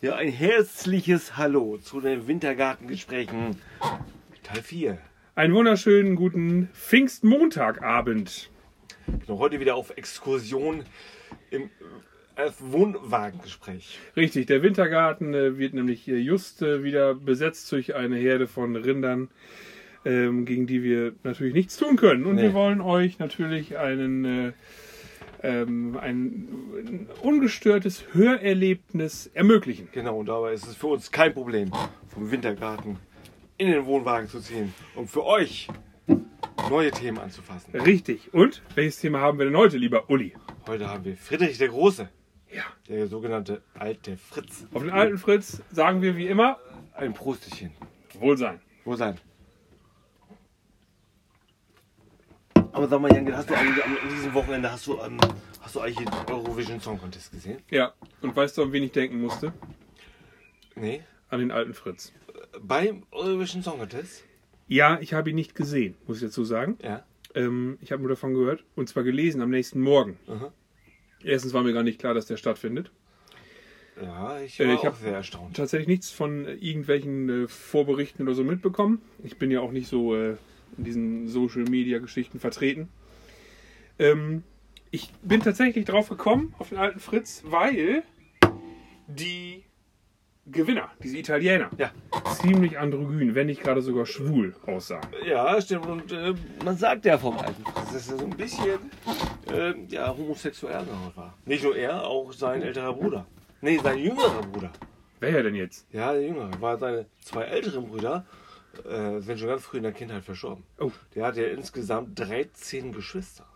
Ja, ein herzliches Hallo zu den Wintergartengesprächen Teil 4. Einen wunderschönen guten Pfingstmontagabend. Ich bin heute wieder auf Exkursion im äh, Wohnwagengespräch. Richtig, der Wintergarten äh, wird nämlich hier just äh, wieder besetzt durch eine Herde von Rindern, ähm, gegen die wir natürlich nichts tun können. Und Nee. wir wollen euch natürlich einen, äh, ähm, ein ungestörtes Hörerlebnis ermöglichen. Genau, und dabei ist es für uns kein Problem, vom Wintergarten in den Wohnwagen zu ziehen, um für euch neue Themen anzufassen. Richtig. Und welches Thema haben wir denn heute, lieber Uli? Heute haben wir Friedrich der Große, Ja. der sogenannte alte Fritz. Auf den alten Fritz sagen wir wie immer Ein Prostchen. Wohlsein. Wo sein? Aber sag mal, Janke, hast du eigentlich am an diesem Wochenende hast du, ähm, hast du eigentlich den Eurovision Song Contest gesehen? Ja. Und weißt du, an wen ich denken musste? Nee. An den alten Fritz. Beim Eurovision Song Contest? Ja, ich habe ihn nicht gesehen, muss ich dazu sagen. Ja. Ähm, ich habe nur davon gehört und zwar gelesen am nächsten Morgen. Aha. Erstens war mir gar nicht klar, dass der stattfindet. Ja, ich war Äh, ich auch hab- sehr erstaunt. Tatsächlich nichts von äh, irgendwelchen äh, Vorberichten oder so mitbekommen. Ich bin ja auch nicht so äh, in diesen Social-Media-Geschichten vertreten. Ähm, ich bin tatsächlich drauf gekommen, auf den alten Fritz, weil die Gewinner, diese Italiener, Ja. ziemlich androgyn, wenn nicht gerade sogar schwul aussahen. Ja, stimmt. Und äh, man sagt ja vom alten Fritz, dass er so ein bisschen äh, ja, homosexuell gehaut war. Nicht nur er, auch sein älterer Bruder. Nee, sein jüngerer Bruder. Wer denn jetzt? Ja, der jüngere. War seine zwei älteren Brüder äh, sind schon ganz früh in der Kindheit verstorben. Oh, Der hat ja insgesamt 13 Geschwister.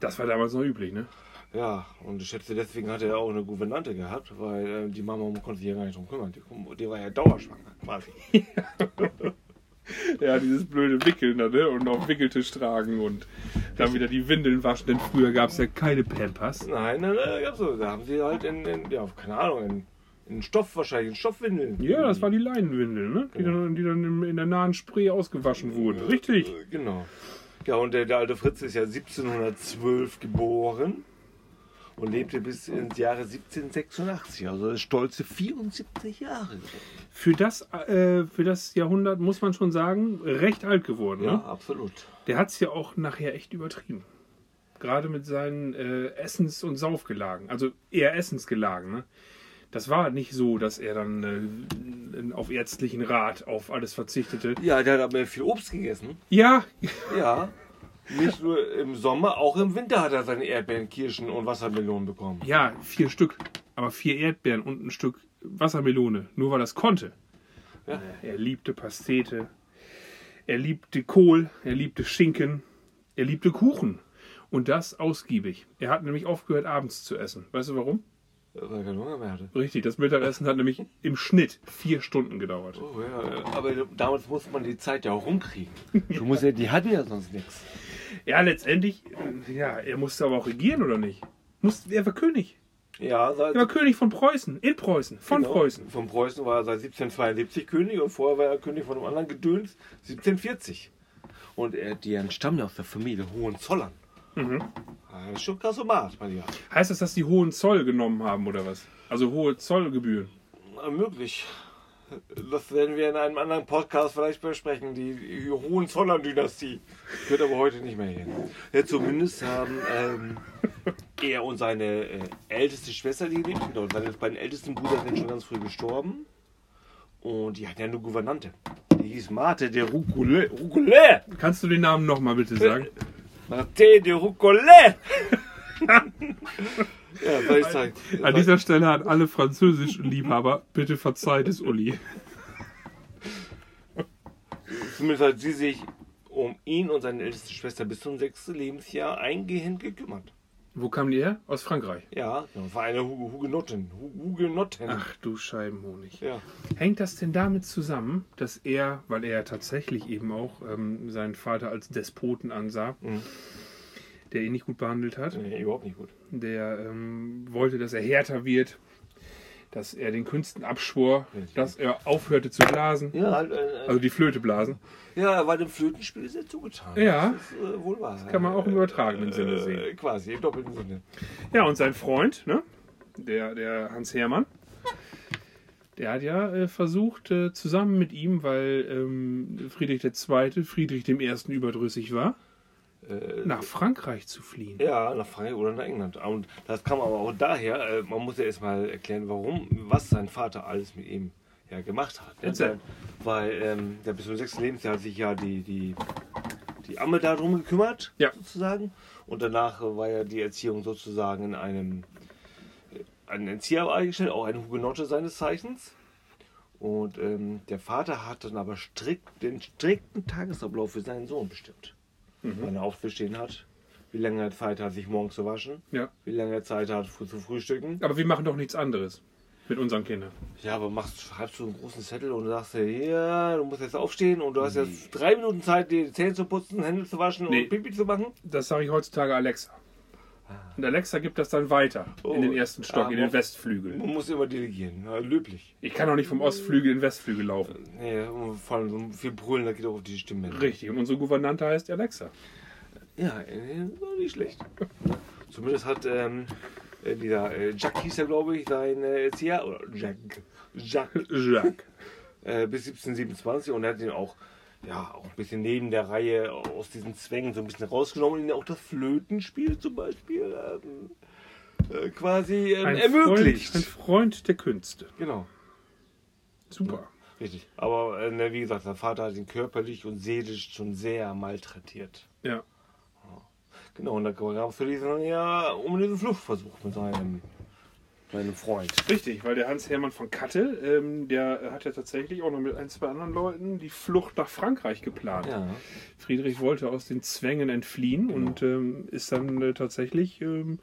das war damals noch üblich, ne? Ja, und ich schätze, deswegen hat er auch eine Gouvernante gehabt, weil äh, die Mama konnte sich ja gar nicht drum kümmern. Die, die war ja dauerschwanger quasi. Ja, dieses blöde Wickeln da, ne? Und auf Wickeltisch tragen und dann wieder die Windeln waschen, denn früher gab es ja keine Pampers. Nein, nein, nein, gab's so. Da haben sie halt in, in ja, keine Ahnung, in, in Stoff wahrscheinlich, in Stoffwindeln. Ja, das war die Leinenwindeln, ne? Die dann, die dann im- in der nahen Spree ausgewaschen wurden. Richtig. Äh, Genau. Ja, und der, der alte Fritz ist ja 1712 geboren und lebte bis ins Jahre 1786, also stolze 74 Jahre. Für das, äh, für das Jahrhundert muss man schon sagen, recht alt geworden, Ja, ne? absolut. Der hat es ja auch nachher echt übertrieben. Gerade mit seinen äh, Essens- und Saufgelagen. Also eher Essensgelagen, ne? Das war nicht so, dass er dann äh, auf ärztlichen Rat auf alles verzichtete. Ja, der hat aber viel Obst gegessen. Ja, Ja. Nicht nur im Sommer, auch im Winter hat er seine Erdbeeren, Kirschen und Wassermelonen bekommen. Ja, vier Stück. Aber vier Erdbeeren und ein Stück Wassermelone. Nur weil er es konnte. Ja. Er liebte Pastete. Er liebte Kohl. Er liebte Schinken. Er liebte Kuchen. Und das ausgiebig. Er hat nämlich aufgehört, abends zu essen. Weißt du warum? Äh, Weil er keinen Hunger mehr hatte. Richtig, das Mittagessen hat nämlich im Schnitt vier Stunden gedauert. Oh ja, aber damals musste man die Zeit ja auch rumkriegen. Du musst ja, die hatten ja sonst nichts. Ja, letztendlich, ja, er musste aber auch regieren, oder nicht? Musste, er war König. Ja, Er war seit, König von Preußen. In Preußen. Von genau, Preußen. Von Preußen war er seit 1772 König und vorher war er König von einem anderen Gedöns 1740. Und er, die entstammen ja aus der Familie Hohenzollern. Mhm. Das ist schon krass Mat, mein Lieber. Heißt das, dass die hohen Zoll genommen haben, oder was? Also hohe Zollgebühren. Na, äh, Möglich. Das werden wir in einem anderen Podcast vielleicht besprechen, die Hohenzollern-Dynastie. Wird aber heute nicht mehr hin. Ja, zumindest haben ähm, er und seine äh, älteste Schwester, die lebt, genau, seine beiden ältesten Brüder sind schon ganz früh gestorben. Und die hatten ja eine Gouvernante. Die hieß Marte de Rucole. Rucole! Kannst du den Namen nochmal bitte sagen? Marte de Rucole! ja, soll ich sagen. An dieser Stelle an alle französischen Liebhaber, bitte verzeiht es Uli. Zumindest hat sie sich um ihn und seine älteste Schwester bis zum sechsten Lebensjahr eingehend gekümmert. Wo kamen die her? Aus Frankreich. Ja, das war eine Hu- Hugenotten. Hu- Hugenotten. Ach du Scheibenhonig. Ja. Hängt das denn damit zusammen, dass er, weil er ja tatsächlich eben auch ähm, seinen Vater als Despoten ansah, Mhm. der ihn nicht gut behandelt hat, Nee, überhaupt nicht gut. der ähm, wollte, dass er härter wird, dass er den Künsten abschwor, dass er aufhörte zu blasen, Ja, halt, äh, also die Flöte blasen, ja, er war dem Flötenspiel sehr zugetan. Ja. Das ist äh, wohl wahr. Das kann man auch im übertragenen Sinne sehen. Äh, quasi, im doppelten Sinne. Ja, und sein Freund, ne? Der, der Hans Hermann, Der hat ja äh, versucht, äh, zusammen mit ihm, weil ähm, Friedrich II. Friedrich I. überdrüssig war, Äh, nach Frankreich zu fliehen. Ja, nach Frankreich oder nach England. Und das kam aber auch daher, äh, man muss ja erstmal erklären, warum, was sein Vater alles mit ihm ja gemacht hat. ne? Erzähl. Weil ähm, ja, bis zum sechsten Lebensjahr hat sich ja die, die, die Amme darum gekümmert, Ja. sozusagen. Und danach äh, war ja die Erziehung sozusagen in einem äh, einen Erzieher eingestellt, auch ein Hugenotte seines Zeichens. Und ähm, der Vater hat dann aber strikt, den strikten Tagesablauf für seinen Sohn bestimmt. Mhm. Wann er aufzustehen hat, wie lange er Zeit hat, sich morgens zu waschen, Ja. wie lange er Zeit hat, früh zu frühstücken. Aber wir machen doch nichts anderes mit unseren Kindern. Ja, aber machst, schreibst du einen großen Zettel und sagst dir, ja, du musst jetzt aufstehen und du hast jetzt drei Minuten Zeit, dir die Zähne zu putzen, Hände zu waschen Nee. und Pipi zu machen. Das sage ich heutzutage Alexa. Und Alexa gibt das dann weiter in den ersten Stock, Ah, in den mo- Westflügel. Man muss immer delegieren, ja, löblich. Ich kann doch nicht vom Ostflügel in den Westflügel laufen. Nee, und vor allem so viel Brüllen, da geht auch auf die Stimme. Richtig. Und unsere Gouvernante heißt Alexa. Ja, äh, war nicht schlecht. Zumindest hat ähm, äh, dieser äh, Jack hieß ja, glaube ich, sein äh, Erzieher, oder Jack, Jack Jacques. äh, bis 1727 und er hat ihn auch, ja, auch ein bisschen neben der Reihe aus diesen Zwängen so ein bisschen rausgenommen und ihn auch das Flötenspiel zum Beispiel ähm, äh, quasi ähm, Ein ermöglicht. Freund, ein Freund der Künste. Genau, Super. richtig. Aber äh, ne, wie gesagt, sein Vater hat ihn körperlich und seelisch schon sehr malträtiert. Ja. Genau, und da gab es für diesen, ja, um diesen Fluchtversuch mit seinem, seinem Freund. Richtig, weil der Hans-Hermann von Kattel, ähm, der hat ja tatsächlich auch noch mit ein, zwei anderen Leuten die Flucht nach Frankreich geplant. Ja. Friedrich wollte aus den Zwängen entfliehen und ähm, ist dann äh, tatsächlich ähm,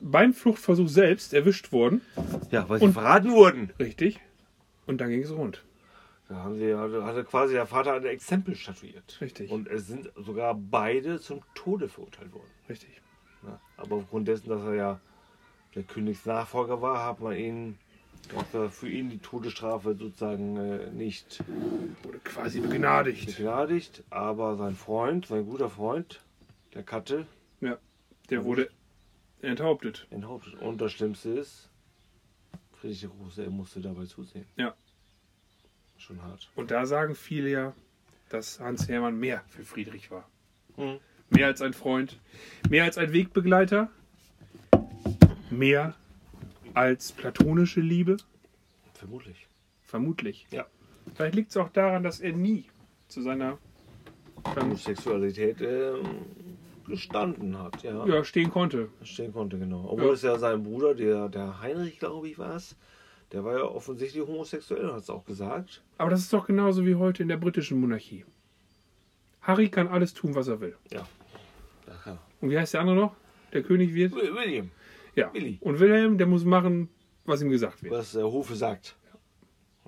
beim Fluchtversuch selbst erwischt worden. ja, weil sie verraten wurden. Richtig. Und dann ging es rund. Da haben sie, hat, hat quasi der Vater ein Exempel statuiert. Richtig. Und es sind sogar beide zum Tode verurteilt worden. Richtig. Ja, aber aufgrund dessen, dass er ja der Königsnachfolger war, hat man ihn auch da für ihn die Todesstrafe sozusagen äh, nicht Wurde quasi begnadigt. begnadigt. Aber sein Freund, sein guter Freund, der Katte, Ja. Der wurde enthauptet. enthauptet. Und das Schlimmste ist, Friedrich der Große, er musste dabei zusehen. Ja. Schon hart. Und da sagen viele ja, dass Hans Hermann mehr für Friedrich war. Mhm. Mehr als ein Freund, mehr als ein Wegbegleiter, mehr als platonische Liebe, Vermutlich. vermutlich. Ja. Vielleicht liegt es auch daran, dass er nie zu seiner ähm, Homosexualität ähm, gestanden hat, ja. ja, stehen konnte. Stehen konnte, genau. Obwohl Ja. es ja sein Bruder, der, der Heinrich, glaube ich, war es, der war ja offensichtlich homosexuell, hat es auch gesagt. Aber das ist doch genauso wie heute in der britischen Monarchie. Harry kann alles tun, was er will. Ja. Ach ja. Und wie heißt der andere noch? Der König wird? Wi- William, Ja. Willi. Und Wilhelm, der muss machen, was ihm gesagt wird. was der Hofe sagt.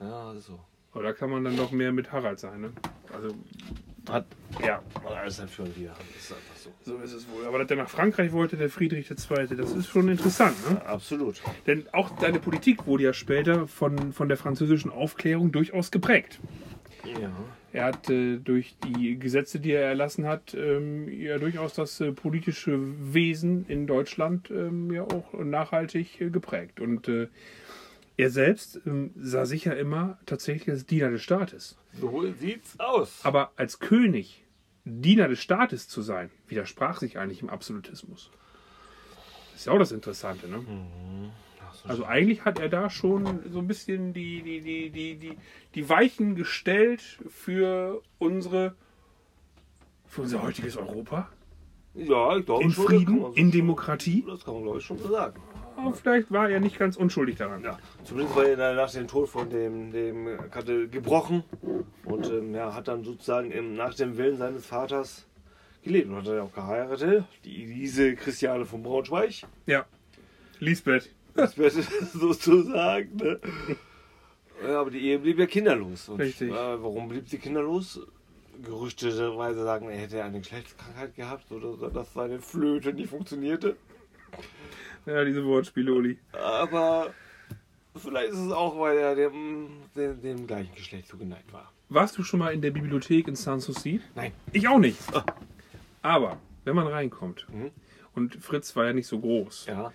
Ja, also. das ist so. Aber da kann man dann doch mehr mit Harald sein, ne? Also, Hat ja. man alles dann für und wieder. Das ist einfach so. So ist es wohl. Aber dass der nach Frankreich wollte, der Friedrich II., das ist schon interessant, ne? Absolut. Denn auch seine Politik wurde ja später von, von der französischen Aufklärung durchaus geprägt. Ja. Er hat äh, durch die Gesetze, die er erlassen hat, ähm, ja durchaus das äh, politische Wesen in Deutschland ähm, ja auch nachhaltig äh, geprägt. Und äh, er selbst ähm, sah sich ja immer tatsächlich als Diener des Staates. So sieht's aus. Aber als König Diener des Staates zu sein, widersprach sich eigentlich im Absolutismus. Das ist ja auch das Interessante, ne? Mhm. Ach so, Also eigentlich hat er da schon so ein bisschen die, die, die, die, die, die Weichen gestellt für unsere für unser heutiges Europa. ja, ich glaube In schon, das kann man Frieden, so in schon- Demokratie. Das kann man, glaube ich, schon so sagen. Aber vielleicht war er nicht ganz unschuldig daran. Ja, zumindest war er dann nach dem Tod von dem, dem Katte gebrochen und ähm, ja, hat dann sozusagen im, nach dem Willen seines Vaters gelebt und hat dann auch geheiratet. Die Elise Christiane von Braunschweig, Ja. Lisbeth. das wäre sozusagen. Ne? Ja, aber die Ehe blieb ja kinderlos. Und, Richtig. Äh, warum blieb sie kinderlos? Gerüchteweise sagen, er hätte eine Geschlechtskrankheit gehabt oder dass seine Flöte nicht funktionierte. Ja, diese Wortspiele, Uli. Aber vielleicht ist es auch, weil er dem, dem, dem gleichen Geschlecht zugeneigt war. Warst du schon mal in der Bibliothek in Sanssouci? Nein. Ich auch nicht. Aber wenn man reinkommt, Mhm. und Fritz war ja nicht so groß, Ja.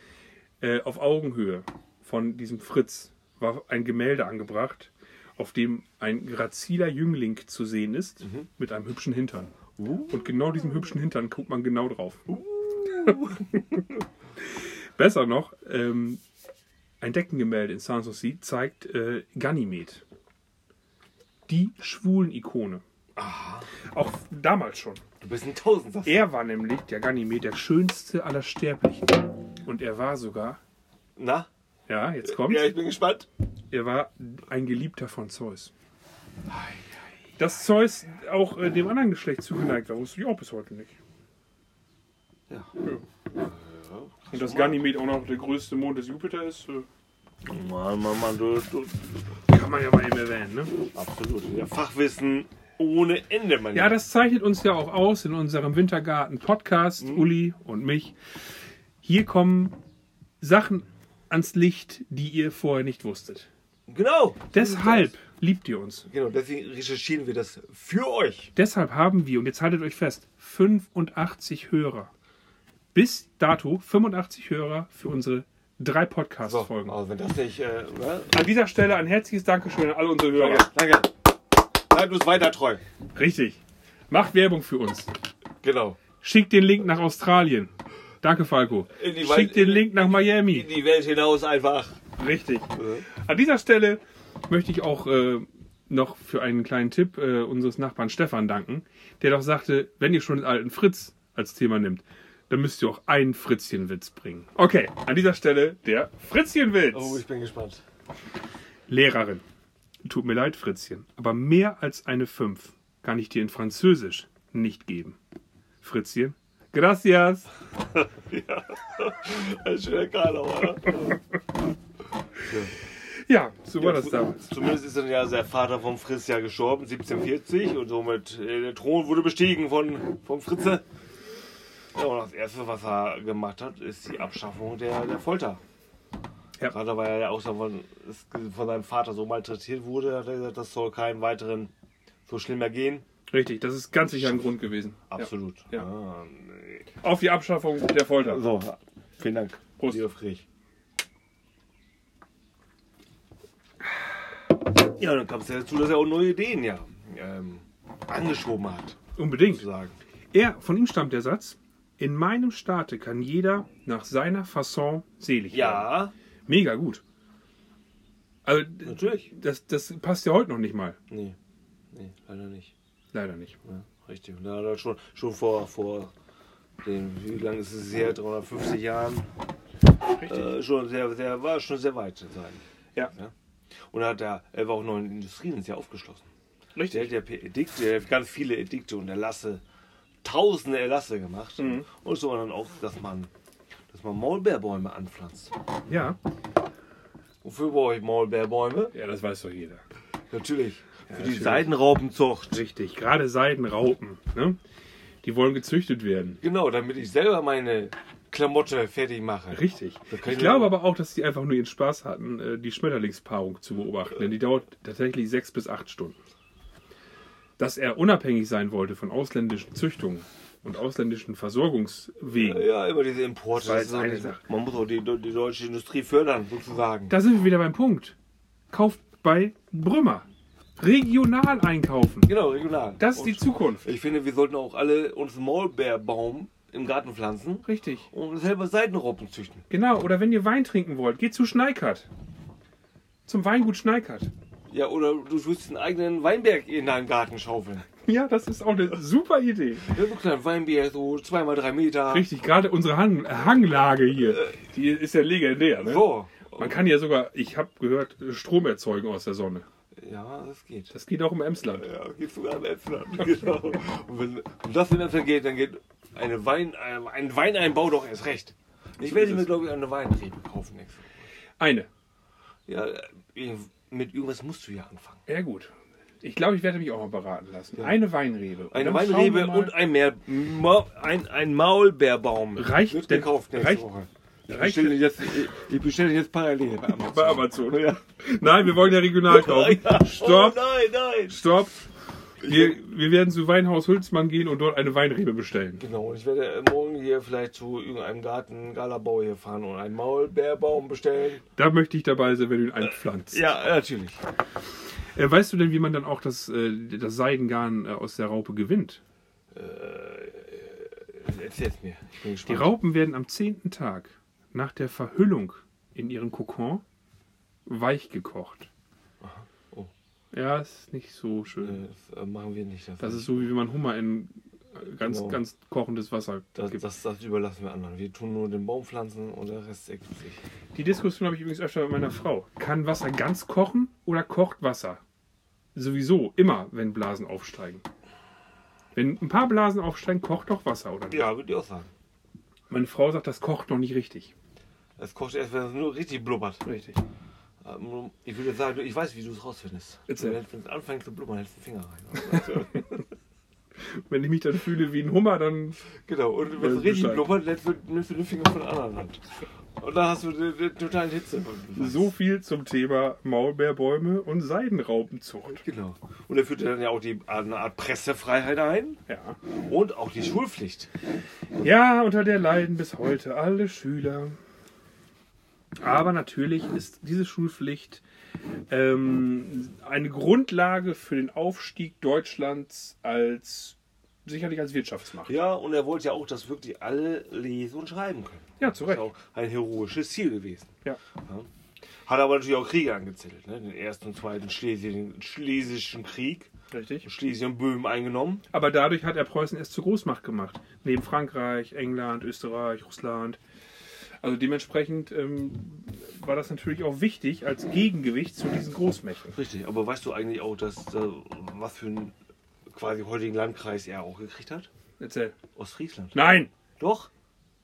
äh, auf Augenhöhe von diesem Fritz war ein Gemälde angebracht, auf dem ein graziler Jüngling zu sehen ist mit einem hübschen Hintern. Und genau diesem hübschen Hintern guckt man genau drauf. Besser noch, ähm, ein Deckengemälde in Sanssouci zeigt äh, Ganymed. Die schwulen Ikone. Auch damals schon. Du bist ein Tausendsasser. Er war nämlich der Ganymed, der schönste aller Sterblichen. Und er war sogar, Na? ja, jetzt kommt's, Ja, ich bin gespannt. er war ein Geliebter von Zeus. Dass Zeus auch äh, dem anderen Geschlecht zugeneigt war, wusste ich auch bis heute nicht. Ja. Und dass Ganymed auch noch der größte Mond des Jupiter ist, äh, Mann, Mann, Mann, du, du. kann man ja mal eben erwähnen, ne? Absolut. Ja, Fachwissen ohne Ende, mein Ja, Lieber. das zeichnet uns ja auch aus in unserem Wintergarten-Podcast, Uli und mich. Hier kommen Sachen ans Licht, die ihr vorher nicht wusstet. Genau. Deshalb liebt ihr uns. Genau, deswegen recherchieren wir das für euch. Deshalb haben wir, und jetzt haltet euch fest, 85 Hörer. Bis dato 85 Hörer für unsere drei So, Podcast-Folgen. also wenn das nicht. Äh, ne? An dieser Stelle ein herzliches Dankeschön an alle unsere Hörer. Danke, danke. Bleibt uns weiter treu. Richtig. Macht Werbung für uns. Genau. Schickt den Link nach Australien. Danke, Falco. In die Wald- Schickt den Link nach Miami. In die Welt hinaus einfach. Richtig. Äh, An dieser Stelle möchte ich auch äh, noch für einen kleinen Tipp äh, unseres Nachbarn Stefan danken, der doch sagte, wenn ihr schon den alten Fritz als Thema nimmt, dann müsst ihr auch einen Fritzchenwitz bringen. Okay, an dieser Stelle der Fritzchenwitz. Oh, ich bin gespannt. Lehrerin, tut mir leid, Fritzchen, aber mehr als eine 5 kann ich dir in Französisch nicht geben. Fritzchen, gracias. Ein schöner Karlauer. oder? Ja, so war das damals. Zumindest ist dann ja der Vater vom Fritz ja gestorben, 1740. Und somit äh, der Thron wurde bestiegen von, vom Fritze. Ja, und das Erste, was er gemacht hat, ist die Abschaffung der, der Folter. Ja. Gerade weil er ja auch davon, es- von seinem Vater so malträtiert wurde, hat er gesagt, das soll keinem weiteren so schlimmer gehen. Richtig, das ist ganz sicher ein Grund gewesen. Absolut. Ja. Ah, Ja. Auf die Abschaffung der Folter. so, vielen Dank. Prost. Lieber Friedrich. Ja, dann kam es ja dazu, dass er auch neue Ideen ja ähm, angeschoben hat, Unbedingt. sozusagen. Er, von ihm stammt der Satz: In meinem Staate kann jeder nach seiner Fasson selig werden. Ja, Mega gut. Also, d- natürlich. das, das passt ja heute noch nicht mal. Nee, nee, leider nicht. Leider nicht. Ja, richtig. Und da hat er schon, schon vor, vor den, wie lange ist es her, 350 Jahren, äh, schon sehr, sehr, war schon sehr weit, sagen. Ja, Und hat er, er war auch noch in Industrien, ist ja aufgeschlossen. Der richtig. hat ja per Edikte, der hat ganz viele Edikte und Erlasse, tausende Erlasse gemacht. Mhm. Und so dann auch, dass man, dass man Maulbeerbäume anpflanzt. Ja. Wofür brauche ich Maulbeerbäume? ja, das weiß doch jeder. Natürlich. Für die natürlich. Seidenraupenzucht. Richtig. Gerade Seidenraupen. Ne? Die wollen gezüchtet werden. Genau, damit ich selber meine Klamotte fertig mache. Richtig. Da kann Ich ich glaube nur- aber auch, dass die einfach nur ihren Spaß hatten, äh, die Schmetterlingspaarung zu beobachten. Denn die dauert tatsächlich sechs bis acht Stunden. Dass er unabhängig sein wollte von ausländischen Züchtungen und ausländischen Versorgungswegen. Ja, immer diese Importe. Das war Das jetzt ist auch eine nicht- Sache. Man muss auch die, die deutsche Industrie fördern, sozusagen. Da sind wir wieder beim Punkt. Kauft bei Brümmer. Regional einkaufen. genau, regional. Das ist die Und Zukunft. ich finde, wir sollten auch alle uns einen Maulbeerbaum im Garten pflanzen Richtig. und selber Seidenraupen züchten. Genau. Oder wenn ihr Wein trinken wollt, geht zu Schneikert. Zum Weingut Schneikert. Ja, oder du würdest einen eigenen Weinberg in deinen Garten schaufeln. Ja, das ist auch eine super Idee. Ja, so ein kleiner Weinberg, so zweimal drei Meter. Richtig, gerade unsere Hang Hanglage hier, die ist ja legendär. Ne? So. Man kann ja sogar, ich habe gehört, Strom erzeugen aus der Sonne. Ja, das geht. Das geht auch im Emsland. Ja, das geht sogar im Emsland. Genau. Und wenn, wenn das im Emsland geht, dann geht eine Wein, ein ein Weineinbau doch erst recht. Ich werde mir, glaube ich, eine Weinrebe kaufen. nächstes Mal. Eine. Ja, äh, mit irgendwas musst du ja anfangen. Ja gut. Ich glaube, ich werde mich auch mal beraten lassen. Eine Weinrebe. Und Eine dann Weinrebe schauen wir mal- und ein, Meer, Ma, ein, ein Maulbeerbaum. Reicht Wird denn- gekauft nächste reicht- Woche. reicht- ich, bestelle jetzt, ich, ich bestelle jetzt parallel bei Amazon. bei Amazon. Nein, wir wollen ja regional kaufen. Oh Stopp, nein, nein. stopp. Wir, wir werden zu Weinhaus Hülsmann gehen und dort eine Weinrebe bestellen. Genau, und ich werde äh, morgen hier vielleicht zu irgendeinem Garten Galabau hier fahren und einen Maulbeerbaum bestellen. Da möchte ich dabei sein, wenn du ihn einpflanzt. Ja, natürlich. Äh, weißt du denn, wie man dann auch das, äh, das Seidengarn äh, aus der Raupe gewinnt? Erzähl's mir. Ich bin Die gespannt. Raupen werden am zehnten Tag nach der Verhüllung in ihren Kokon weich gekocht. Oh. Ja, ist nicht so schön. Nee, das äh, machen wir nicht. Das, Das ist so, wie wenn man Hummer in äh, ganz, Genau. ganz kochendes Wasser das, gibt. das, das überlassen wir anderen. Wir tun nur den Baum pflanzen und der Rest ergibt sich. Die Diskussion habe ich übrigens öfter mit Hm. meiner Frau. Kann Wasser ganz kochen oder kocht Wasser? Sowieso, immer, wenn Blasen aufsteigen. Wenn ein paar Blasen aufsteigen, kocht doch Wasser, oder? nicht? Ja, würde ich auch sagen. Meine Frau sagt, das kocht noch nicht richtig. Es kocht erst, wenn es nur richtig blubbert. Richtig. Ähm, Ich würde sagen, ich weiß, wie du es rausfindest. Erzähl. Wenn es anfängt zu blubbern, hältst du den Finger rein. Wenn ich mich dann fühle wie ein Hummer, dann genau, und wenn Weiß es richtig Bescheid. blubbert, lässt du- nimmst du den Finger von der anderen Hand. Und dann hast du den, den totalen Hitze. so viel zum Thema Maulbeerbäume und Seidenraupenzucht. Genau. Und er führte dann ja auch die, eine Art Pressefreiheit ein Ja. und auch die Schulpflicht. ja, unter der leiden bis heute alle Schüler. Aber natürlich ist diese Schulpflicht ähm, eine Grundlage für den Aufstieg Deutschlands als sicherlich als Wirtschaftsmacht. Ja, und er wollte ja auch, dass wirklich alle lesen und schreiben können. Ja, zu Das ist Recht. auch ein heroisches Ziel gewesen. Ja. Ja. Hat aber natürlich auch Kriege angezettelt. Ne? Den ersten und zweiten Schlesien, Schlesischen Krieg. Richtig. Schlesien und Böhmen eingenommen. Aber dadurch hat er Preußen erst zur Großmacht gemacht. Neben Frankreich, England, Österreich, Russland. Also dementsprechend ähm, war das natürlich auch wichtig als Gegengewicht zu diesen Großmächten. Richtig, aber weißt du eigentlich auch, dass äh, was für einen quasi heutigen Landkreis er auch gekriegt hat? Erzähl. Ostfriesland. Nein! Doch?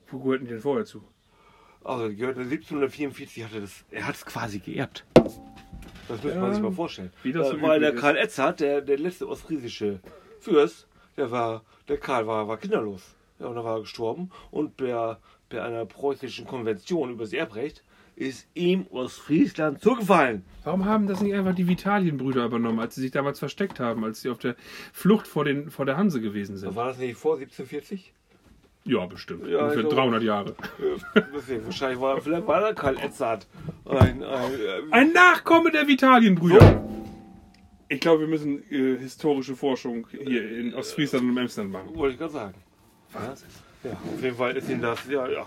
Wo gehörten die denn vorher zu? Also gehört 1744 hatte das, er hat es quasi geerbt. Das müsste Ja, man sich mal vorstellen. wie das so Äh, Weil üblich der ist. Karl Edzard, der, der letzte ostfriesische Fürst, der war, der Karl war, war kinderlos. Ja, und er war gestorben und per, per einer preußischen Konvention über das Erbrecht ist ihm Ostfriesland zugefallen. Warum haben das nicht einfach die Vitalienbrüder übernommen, als sie sich damals versteckt haben, als sie auf der Flucht vor, den, vor der Hanse gewesen sind? War das nicht vor 1740? Ja, bestimmt. Ja, Ungefähr ich glaube- 300 Jahre. Äh, Deswegen, wahrscheinlich war, vielleicht war der Karl Edzard ein, ein, äh, Ein Nachkomme der Vitalienbrüder! Ich glaube, wir müssen äh, historische Forschung hier in Ostfriesland und im Emsland machen. wollte ich gerade sagen. Ja, auf jeden Fall ist ihm das, ja, ja,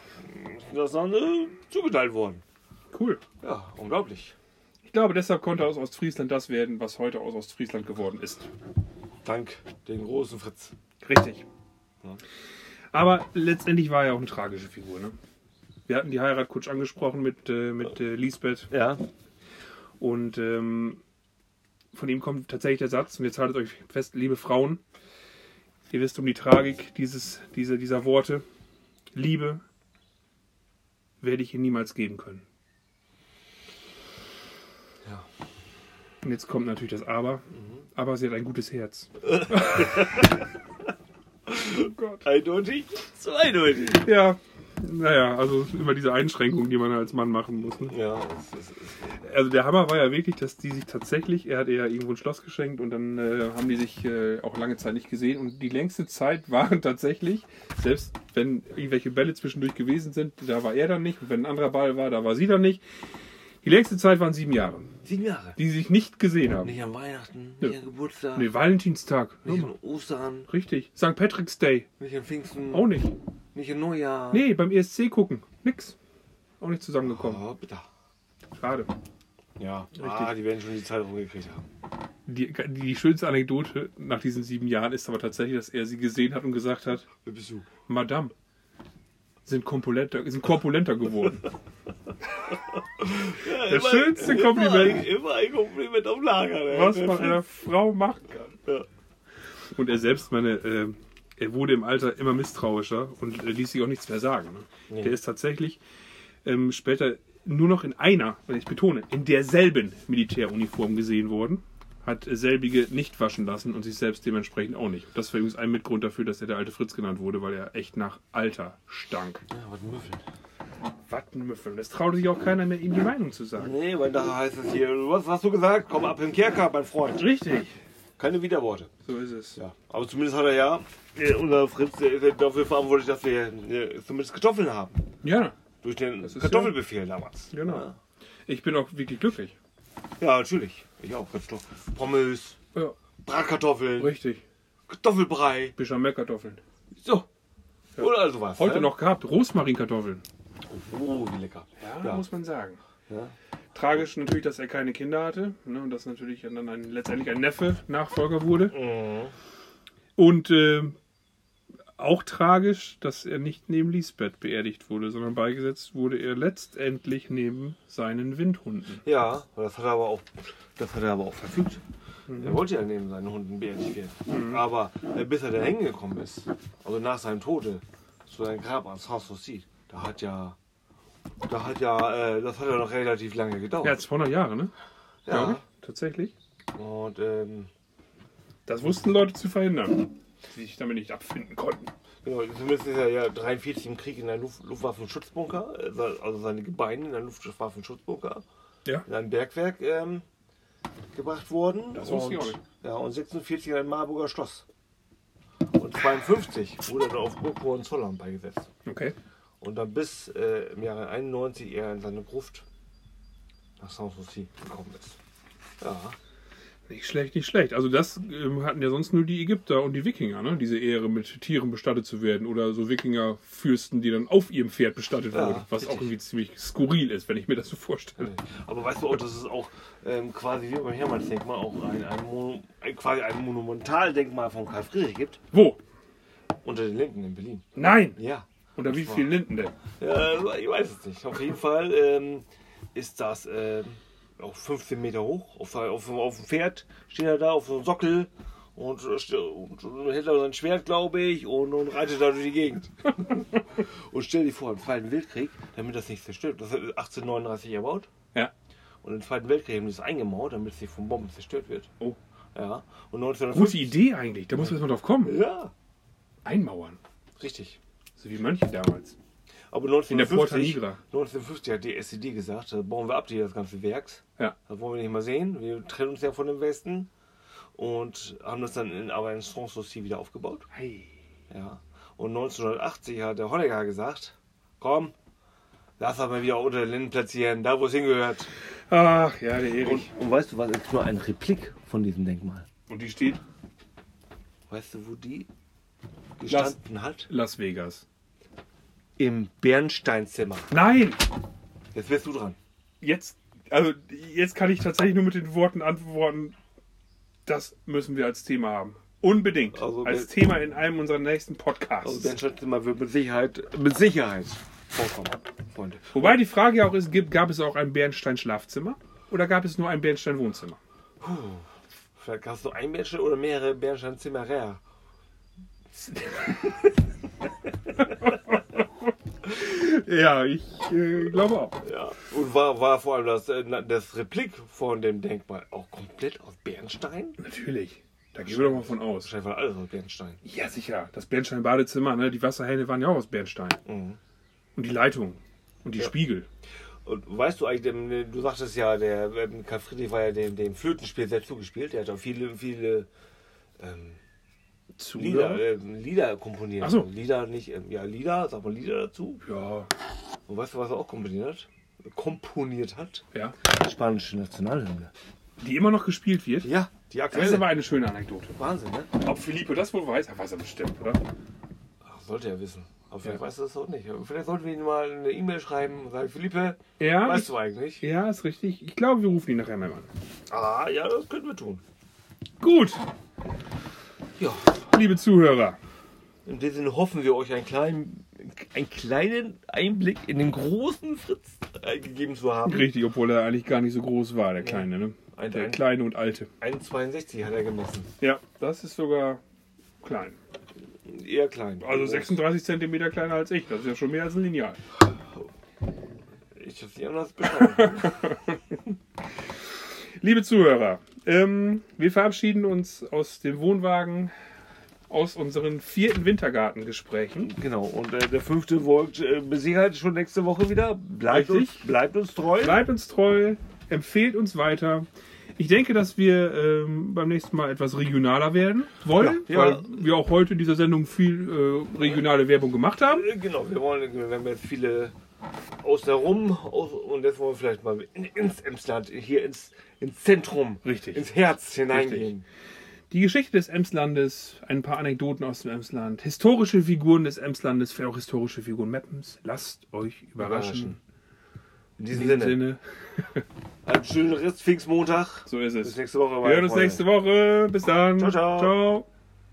ist ihm das dann äh, zugeteilt worden. Cool. Ja, unglaublich. Ich glaube, deshalb konnte aus Ostfriesland das werden, was heute aus Ostfriesland geworden ist. Dank den großen Fritz. Richtig. Aber letztendlich war er auch eine tragische Figur. Ne? Wir hatten die Heirat Kutsch angesprochen mit, äh, mit äh, Lisbeth Ja. und ähm, von ihm kommt tatsächlich der Satz, und jetzt haltet euch fest, liebe Frauen, ihr wisst um die Tragik dieses, dieser, dieser Worte. Liebe werde ich ihr niemals geben können. Ja. Und jetzt kommt natürlich das Aber. Aber sie hat ein gutes Herz. Oh Eindeutig, zweideutig. Ja, naja, also immer diese Einschränkungen, die man als Mann machen muss. Ne? Ja, es ist, es ist, Also der Hammer war ja wirklich, dass die sich tatsächlich, er hat ihr ja irgendwo ein Schloss geschenkt und dann äh, haben die sich äh, auch lange Zeit nicht gesehen und die längste Zeit waren tatsächlich, selbst wenn irgendwelche Bälle zwischendurch gewesen sind, da war er dann nicht und wenn ein anderer Ball war, da war sie dann nicht. Die längste Zeit waren sieben Jahre, sieben Jahre. die sie sich nicht gesehen haben. Nicht an Weihnachten, nicht Nö. an Geburtstag, Nee, Valentinstag. nicht Hör an mal. Ostern, Richtig. St. Patrick's Day. nicht an Pfingsten, Auch nicht. nicht an Neujahr. Oh, Nee, beim ESC gucken. Nix. Auch nicht zusammengekommen. Oh, bitte. Schade. Ja, ah, die werden schon die Zeit rumgekriegt haben. Die, die schönste Anekdote nach diesen sieben Jahren ist aber tatsächlich, dass er sie gesehen hat und gesagt hat, Wer bist du? Madame, sind, korpulenter- sind korpulenter geworden. Das schönste Kompliment, Immer ein Kompliment auf Lager. Ne? was man einer Frau machen kann. Ja. Äh, Und er selbst, meine, äh, er wurde im Alter immer misstrauischer und äh, ließ sich auch nichts mehr sagen. Ne? Der ist tatsächlich ähm, später nur noch in einer, und ich betone, in derselben Militäruniform gesehen worden, hat selbige nicht waschen lassen und sich selbst dementsprechend auch nicht. Das war übrigens ein Mitgrund dafür, dass er der alte Fritz genannt wurde, weil er echt nach Alter stank. Ja, was müffeln. Wattenmüffeln. Das traute sich auch keiner mehr, ihm die Meinung zu sagen. Nee, weil da heißt es hier, was hast du gesagt? Komm ab in den Kerker, mein Freund. Richtig. Keine Widerworte. So ist es. Ja. Aber zumindest hat er ja, äh, unser Fritz, der ist ja dafür verantwortlich, dass wir äh, zumindest Kartoffeln haben. Ja, Durch den Das ist Kartoffelbefehl damals. genau. Ja. Ich bin auch wirklich glücklich. ja, natürlich. Ich auch. Kartoffeln. Pommes, Ja, Bratkartoffeln, richtig. Kartoffelbrei. Bechamelkartoffeln. So. Oder also was. Heute ne? noch gehabt, Rosmarinkartoffeln. Oh, wie lecker. Ja, Ja. muss man sagen. Ja. Tragisch natürlich, dass er keine Kinder hatte ne, und dass natürlich dann ein, letztendlich ein Neffe Nachfolger wurde. Mhm. Und äh, auch tragisch, dass er nicht neben Lisbeth beerdigt wurde, sondern beigesetzt wurde er letztendlich neben seinen Windhunden. Ja, aber das hat er aber auch, das hat er aber auch verfügt. Er wollte ja neben seinen Hunden beerdigt werden. Aber äh, bis er da hängen gekommen ist, also nach seinem Tode, zu seinem Grab ans Haus so sieht, da hat ja, da hat ja, äh, das hat ja noch relativ lange Ja, gedauert. 200 Jahre, ne? Glaub Ja. ich. Tatsächlich. Und ähm, Das wussten Leute zu verhindern, die sich damit nicht abfinden konnten. genau, zumindest ist er ja 43 im Krieg in einem Luft Luftwaffenschutzbunker, äh, se- also seine Gebeine in einem Luftwaffenschutzbunker, Ja. in ein Bergwerk ähm, gebracht worden. Das wusste ich auch nicht. Ja, und 46 in ein Marburger Schloss. Und 52 wurde er auf Burg Hohenzollern beigesetzt. Okay. Und dann bis äh, im Jahre 91 er in seine Gruft nach Sanssouci gekommen ist. Ja, Nicht schlecht, nicht schlecht. Also das ähm, hatten ja sonst nur die Ägypter und die Wikinger, ne? Diese Ehre, mit Tieren bestattet zu werden oder so Wikingerfürsten, die dann auf ihrem Pferd bestattet Ja, wurden, was Ah, richtig. auch irgendwie ziemlich skurril ist, wenn ich mir das so vorstelle. aber weißt du auch, das ist auch ähm, quasi wie beim Hermannsdenkmal auch ein, ein, Mono, ein, quasi ein Monumentaldenkmal von Karl Friedrich gibt, Wo? unter den Linden in Berlin. Nein! Ja, Unter wie war- vielen Linden denn? ja Äh, ich weiß es nicht. Auf jeden Fall ähm, ist das ähm, auch 15 Meter hoch. Auf, auf, auf dem Pferd steht er da auf so einem Sockel und, äh, und, und hält da sein Schwert, glaube ich, und, und reitet da durch die Gegend. und stell dir vor, im Zweiten Weltkrieg, damit das nicht zerstört, das ist 1839 erbaut. Ja. Und im Zweiten Weltkrieg haben die das eingemauert, damit es nicht von Bomben zerstört wird. Oh. Ja. Und 1950. Gute Idee eigentlich, da muss man erstmal drauf kommen. Ja, Einmauern. richtig. So wie Mönche damals. Aber der Porta 1950, Nigra. 1950 hat die SED gesagt, da bauen wir ab, die das ganze Werks. Ja. Das wollen wir nicht mal sehen. Wir trennen uns ja von dem Westen und haben das dann in, aber in Sanssouci wieder aufgebaut. Hey. Ja. Und 1980 hat der Honecker gesagt, komm, lass das mal wieder unter den Linden platzieren, da wo es hingehört. Ach ja, der Erich. Und weißt du was, ist nur eine Replik von diesem Denkmal. Und, die steht Weißt du, wo die gestanden hat? Las Vegas. Im Bernsteinzimmer. Nein! Jetzt bist du dran. jetzt, also jetzt kann ich tatsächlich nur mit den Worten antworten, das müssen wir als Thema haben. Unbedingt. Also, als wir- Thema in einem unserer nächsten Also Podcasts. Bernsteinzimmer wird mit Sicherheit, mit Sicherheit vorkommen, Freunde. Wobei die Frage ja auch ist, gibt, gab es auch ein Bernstein-Schlafzimmer oder gab es nur ein Bernstein-Wohnzimmer? Vielleicht hast du ein Bernstein oder mehrere Bernsteinzimmer her. Ja, ich äh, glaube auch. Ja. Und war, war vor allem das, äh, das Replik von dem Denkmal auch komplett aus Bernstein? Natürlich. Da gehen wir doch mal von aus. Wahrscheinlich war alles aus Bernstein. Ja, sicher. Das Bernstein-Badezimmer, ne? die Wasserhähne waren ja auch aus Bernstein. Mhm. Und die Leitung. Und die Spiegel. Und weißt du eigentlich, dem- du sagtest ja, der ähm, Karl Friedrich war ja dem, dem Flötenspiel sehr zugespielt. Der hat auch viele, viele ähm, Lieder, Zuhörer? ähm, Lieder komponiert. Ach so. Lieder nicht, ähm, ja, Lieder, sag mal Lieder dazu. Ja, Und weißt du, was er auch komponiert hat? Komponiert hat? ja. Die spanische Nationalhymne. Die immer noch gespielt wird. Ja, die Das ist aktuelle. aber eine schöne Anekdote. Wahnsinn, ne? Ob Filippo das wohl weiß, er weiß er bestimmt, oder? Ach, sollte er wissen. Aber vielleicht Ja. weiß er es auch nicht. Aber Vielleicht sollten wir ihm mal eine E-Mail schreiben und sagen, Philippe, Ja, weißt ich, du eigentlich? ja, ist richtig. Ich glaube, wir rufen ihn nachher mal an. Ah, ja, das könnten wir tun. Gut, Ja, liebe Zuhörer. in dem Sinne hoffen wir euch einen kleinen, einen kleinen Einblick in den großen Fritz äh, gegeben zu haben. Richtig, obwohl er eigentlich gar nicht so groß war, der Kleine, ne? Ein- der ein- Kleine und Alte. 1,62 hat er gemessen. Ja, das ist sogar klein. Eher klein. Also Groß. 36 Zentimeter kleiner als ich. Das ist ja schon mehr als ein Lineal. Ich hab's nicht anders beschreiben. Liebe Zuhörer, ähm, wir verabschieden uns aus dem Wohnwagen, aus unseren vierten Wintergartengesprächen. genau, und äh, der fünfte folgt äh, mit Sicherheit schon nächste Woche wieder. Bleibt Richtig. uns, bleibt uns treu. Bleibt uns treu, Empfehlt uns weiter. Ich denke, dass wir ähm, beim nächsten Mal etwas regionaler werden wollen, Ja, weil ja. wir auch heute in dieser Sendung viel äh, regionale Werbung gemacht haben. Äh, Genau, wir wollen, wir haben jetzt viele aus der Rum aus, und jetzt wollen wir vielleicht mal in, ins Emsland, hier ins, ins Zentrum, Richtig. ins Herz hineingehen. Die Geschichte des Emslandes, ein paar Anekdoten aus dem Emsland, historische Figuren des Emslandes, vielleicht auch historische Figuren Meppens. Lasst euch überraschen. In In diesem diesem Sinne, Sinne, einen schönen Rest Pfingstmontag. So ist Bis es. nächste Woche. Wir hören uns nächste Woche. Bis dann. Ciao, ciao. ciao.